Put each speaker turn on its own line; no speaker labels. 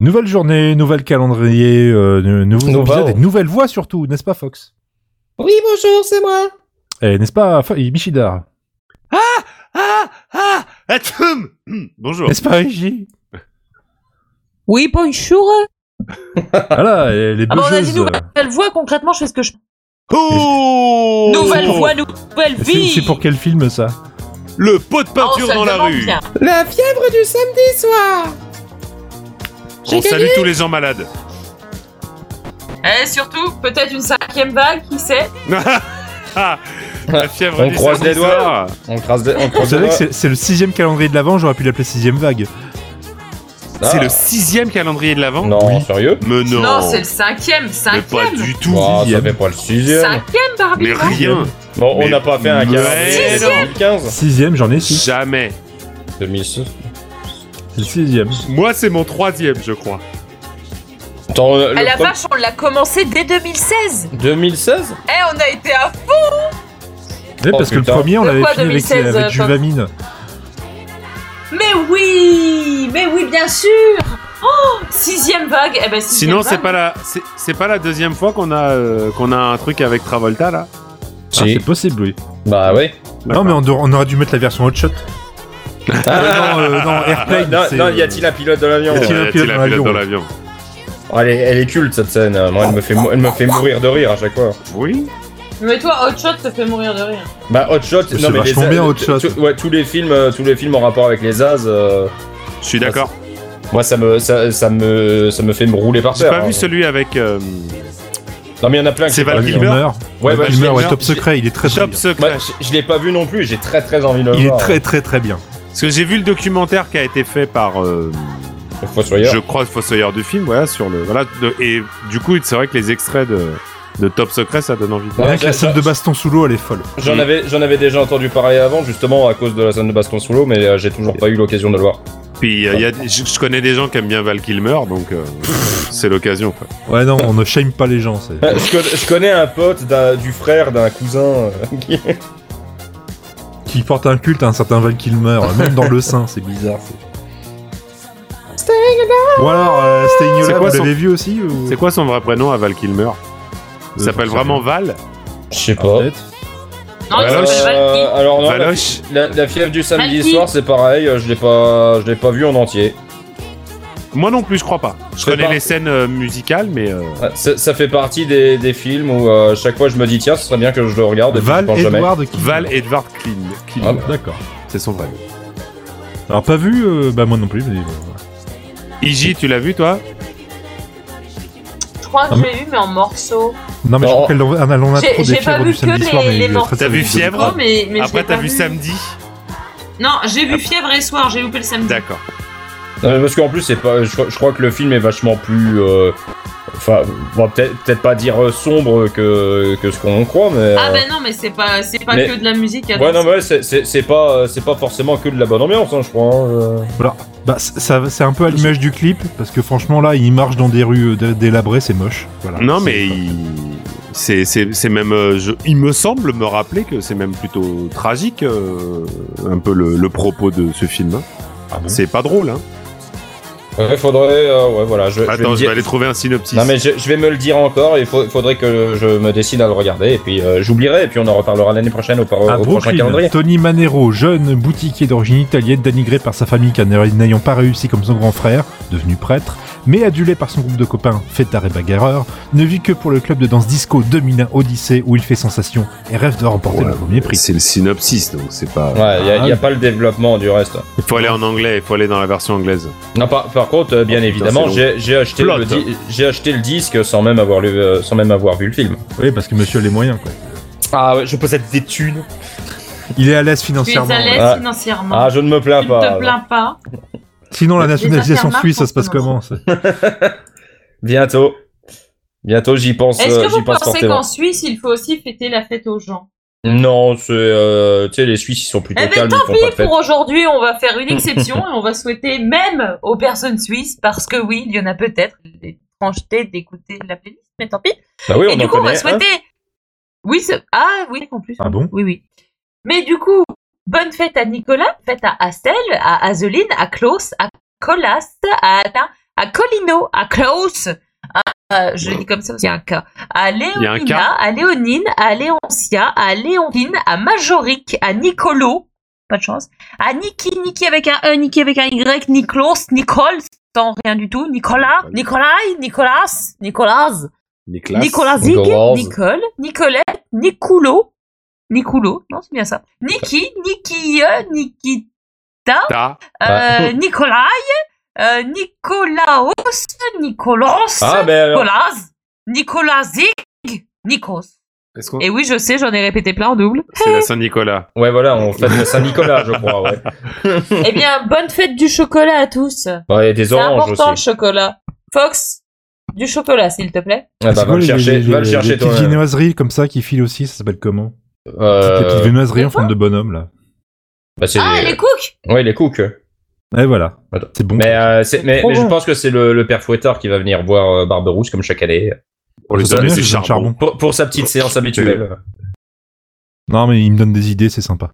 Nouvelle journée, nouvel calendrier, euh, nou- nouveaux
Nouveau.
épisodes et nouvelles voix surtout, n'est-ce pas Fox
Oui, bonjour, c'est moi.
Eh, n'est-ce pas Fo- et Michidar
Ah Ah Atchoum Hmm, Bonjour.
N'est-ce pas Régie
Oui, bonjour.
Voilà, et les
Ah bah on a dit
beugeuses, euh,
nouvelle voix, concrètement, je fais ce que je
Oh
Nouvelle
Oh
voix, nouvelle
c'est
vie.
c'est pour quel film ça
Le pot de
Oh,
peinture
ça
dans la
commence
rue
bien.
La fièvre du samedi soir. J'ai
On salue
gagné.
tous les gens malades
Et Eh, surtout, peut-être une cinquième vague, qui sait
La fièvre Ah.
On
du
croise
samedi
les doigts.
soir.
On croise des- on
Vous
croise des
savez que
doigts.
c'est- c'est le sixième calendrier de l'avant, j'aurais pu l'appeler sixième vague.
Ah.
C'est le sixième calendrier de l'avant
Non,
Oui.
sérieux
Mais non
c'est le cinquième,
Mais pas
cinquième.
du tout
Ouah, ça
sixième.
fait pas le sixième.
Cinquième, Barbie.
Mais rien
Bon,
Mais-
on n'a pas fait un
Mais
calendrier
non.
2015.
Sixième, j'en ai six.
Jamais
2006.
C'est le sixième.
Oh,
Moi, c'est mon troisième, je crois.
Attends, le
À la
pre-
vache, on l'a commencé dès 2016.
2016
Ah,
Eh, on a été à fond.
Oui,
Oh,
Eh, parce que le
putain.
premier, on
De
l'avait
quoi,
fini avec,
2016,
avec
euh,
Juvamine. Ah,
Mais oui, mais oui, bien sûr. Oh, sixième vague. Eh ben, sixième
Sinon,
vague.
c'est pas la, c'est, c'est pas la deuxième fois qu'on a euh, qu'on a un truc avec Travolta là.
Ah,
Si.
c'est possible, oui.
Bah oui.
Non, mais on, doit- on aurait dû mettre la version hot shot. Euh, non, euh, non, Airplane.
Ah, non,
c'est-
non, y Euh, a-t-il un pilote dans l'avion
Y a-t-il
Ouais,
un
y a-t-il
pilote
un
dans
pilote
l'avion
dans l'avion.
Oh, elle, est, elle est culte cette scène. Euh, Moi, elle me, fait mou- elle me fait mourir de rire à chaque fois.
Oui.
Mais toi, Hot Shot te fait mourir de rire.
Bah, Hot Shot,
C'est
non, mais
vachement
les-
bien, Hot Shot.
tout- ouais, tous les films, euh, tous les films en rapport avec les As. euh,
Je suis d'accord.
moi, ça me, ça, ça me, ça me fait me rouler par
J'ai
terre.
pas
hein.
vu celui avec euh,
Non, mais il y en a plein. que
C'est
j'ai pas
Val
vu,
Kilmer.
hein.
euh, Kilmer.
Ouais, ouais,
Val
je
Kilmer,
l'ai-
ouais,
je-
Top Secret, il est très très
Top
bien.
Secret.
Ouais, Bah, je, je l'ai pas vu non plus. J'ai très très envie de le
Il est
voir.
très très très bien.
Parce que j'ai vu le documentaire qui a été fait par, euh,
Faut que soyeur.
je crois, le Fossoyeur du film, voilà, sur le, voilà, de- et du coup, c'est vrai que les extraits de, de Top Secret, ça donne envie.
Ouais,
Rien que la
ça-
scène
ça-
de baston sous l'eau, elle est folle.
J'en
Mm.
avais, j'en avais déjà entendu parler avant, justement à cause de la scène de baston sous l'eau, mais euh, j'ai toujours pas eu l'occasion de le voir.
Puis euh, y a, je, je connais des gens qui aiment bien Val Kilmer, donc euh, c'est l'occasion. quoi.
Ouais, non, on ne shame pas les gens. c'est-
Euh, je, con- je connais un pote d'un- du frère d'un cousin. euh, qui-
Qui porte un culte à un certain Val Kilmer, même dans le sein, c'est bizarre. c'est- Ou alors, euh, Staying
C'est
Alive,
quoi
vous
son-
l'avez vu aussi ou...
C'est quoi son vrai prénom à Val Kilmer Il
Euh,
s'appelle
j'en sais
vraiment Val
Je sais
Ah,
pas.
peut-être.
Oh.
Non, il
Euh,
Valoche.
s'appelle Valky.
alors non, la,
Valoche
la- la fièvre du samedi
Valky.
soir, c'est pareil. euh, Je l'ai pas, je l'ai pas vu en entier.
Moi non plus, je crois pas. Je
C'est
connais
pas-
les scènes euh, musicales, mais euh,
Ah, Ça, ça fait partie des, des films où euh, chaque fois je me dis tiens, ce serait bien que je le
Ah, bah,
regarde. Et puis
Val
je pense jamais.
Edward Kilmer.
Val Edward Klein. Kilmer.
Ah bah.
D'accord.
C'est son vrai nom.
Alors, pas vu, euh, bah moi non plus, mais. euh,
Iji, tu l'as vu toi Ah,
Je crois que j'ai eu, mais en morceaux.
Non, mais je
Non.
crois qu'elle en ah, elle en a
J'ai-
trop des
j'ai pas
fièvres
vu
du samedi
que
soir,
les-
mais
les
il est
morceaux.
très, très
T'as vu
bien.
Fièvre
Oh, mais, mais je
Après,
l'ai
t'as
pas
vu samedi
Non, j'ai
Ah.
vu Fièvre et Soir, j'ai loupé le samedi.
D'accord.
Non, mais parce qu'en plus, c'est pas. Je, crois- je crois que le film est vachement plus. euh, Enfin, bon, peut-être peut-être pas dire euh, sombre que, que ce qu'on croit, mais.
Ah
euh,
ben non, mais c'est pas, c'est pas
Mais-
que de la musique.
Ouais,
attends,
non, mais ouais, c'est- c'est c'est pas, euh, c'est pas forcément que de la bonne ambiance, hein, je crois. hein, euh.
Bah, c- ça- c'est un peu à l'image du clip, parce que franchement, là, il marche dans des rues euh, dé- délabrées, c'est moche. Voilà.
Non,
C'est-
mais il- c'est c'est- c'est même. euh, je- Il me semble me rappeler que c'est même plutôt tragique, euh, un peu le, le propos de ce film. hein.
Ah
C'est pas drôle. Hein.
Ouais, faudrait. euh, ouais, voilà, je, je vais
Attends,
le
je
dire-
vais aller trouver un synopsis.
Non, mais je, je vais me le dire encore, il faut- faudrait que je me décide à le regarder, et puis euh, j'oublierai, et puis on en reparlera l'année prochaine au, par-
À
Ah,
au prochain
Brooklyn,
calendrier.
Tony Manero, jeune boutiquier d'origine italienne, dénigré par sa famille car n'ayant pas réussi comme son grand frère, devenu prêtre, mais adulé par son groupe de copains, fêtards et bagarreurs, ne vit que pour le club de danse disco 2001 Odyssée où il fait sensation et rêve de remporter
Ouais,
le premier prix.
C'est le synopsis, donc c'est pas.
Ouais, il
Ah,
n'y a, pas le développement du reste.
Il faut aller en anglais, il faut aller dans la version anglaise.
Non, par, par contre, euh, bien
Oh, putain,
évidemment,
c'est
j'ai j'ai acheté,
Plot.
le di- j'ai acheté le disque sans même, avoir lu, euh, sans même avoir vu le film.
Oui, parce que monsieur a les moyens, quoi.
Ah ouais, je possède des thunes.
Il est à l'aise
Tu es
financièrement.
à l'aise
ouais.
Ah.
financièrement.
Ah, je ne me plains
tu ne
pas.
te plains pas.
Sinon, la
Les
nationalisation
affaires
suisse, ça se passe
marquent en ce
comment ça
Bientôt. Bientôt, j'y pense.
Est-ce
euh,
que
j'y
vous
pense
pensez
fortement.
qu'en Suisse, il faut aussi fêter la fête aux gens
Non, c'est. euh, tu sais, les Suisses, ils sont plutôt
Eh ben,
calmes, ils font
Oui,
pas de fête.
pour aujourd'hui, on va faire une exception et on va souhaiter même aux personnes suisses, parce que oui, il y en a peut-être l'étrangeté d'écouter la playlist, mais tant pis.
Bah oui,
et
on
du
en
coup, on
connaît.
va
hein.
souhaiter. Oui, c'est- ah oui, en plus.
Ah bon
Oui, oui. Mais du coup, bonne fête à Nicolas, fête à Astel, à Azeline, à Klaus, à Colas, à Alain, à Colino, à Klaus, à, euh, je le dis comme ça parce qu'il y a un K, à
y a un K.
Léonina, à Léonine, à Léoncia, à Léondine, à Majoric, à Nicolo, pas de chance, à Niki, Niki avec un E, Niki avec un Y, Niklos, Nicols, sans rien du tout, Nicolas, Nicolai, Nicolas, Nicolas,
Nicolas.
Nicolas Zig,
Nicolas.
Nicole, Nicolette, Niculo, Niculo, non, c'est bien ça. Niki, Nikie, Nikita,
Ta.
euh, Nicolai, euh, Nicolaos, Nicolos,
Ah, ben alors.
Nicolas, Nicolas Zig, Nikos.
Est-ce qu'on-
Et oui, je sais, j'en ai répété plein en double.
C'est la Saint-Nicolas.
Ouais, voilà, on fait le Saint-Nicolas, je crois, ouais.
eh bien, bonne fête du chocolat à tous.
Ouais, des
C'est
oranges
important le
aussi.
chocolat. Fox, du chocolat, s'il te plaît.
Ah bah,
C'est
va
quoi
le
les-
chercher,
les-
va le
les-
chercher
les petites
toi.
viennoiseries comme ça qui filent aussi, ça s'appelle comment Petite- Les petites
Euh,
viennoiseries en
C'est quoi
forme de bonhomme, là.
bah, c'est-
Ah, les cooks
Ouais, les cooks.
Et voilà.
Attends.
C'est bon.
Mais, euh, c'est- mais,
trop
mais je
bon.
pense que c'est le, le père Fouettard qui va venir voir euh, Barberousse comme chaque année
Pour les
Ça sent
hommes,
bien,
c'est
je donne
charbon.
pour, pour sa petite séance habituelle.
Non, mais il me donne des idées, c'est sympa.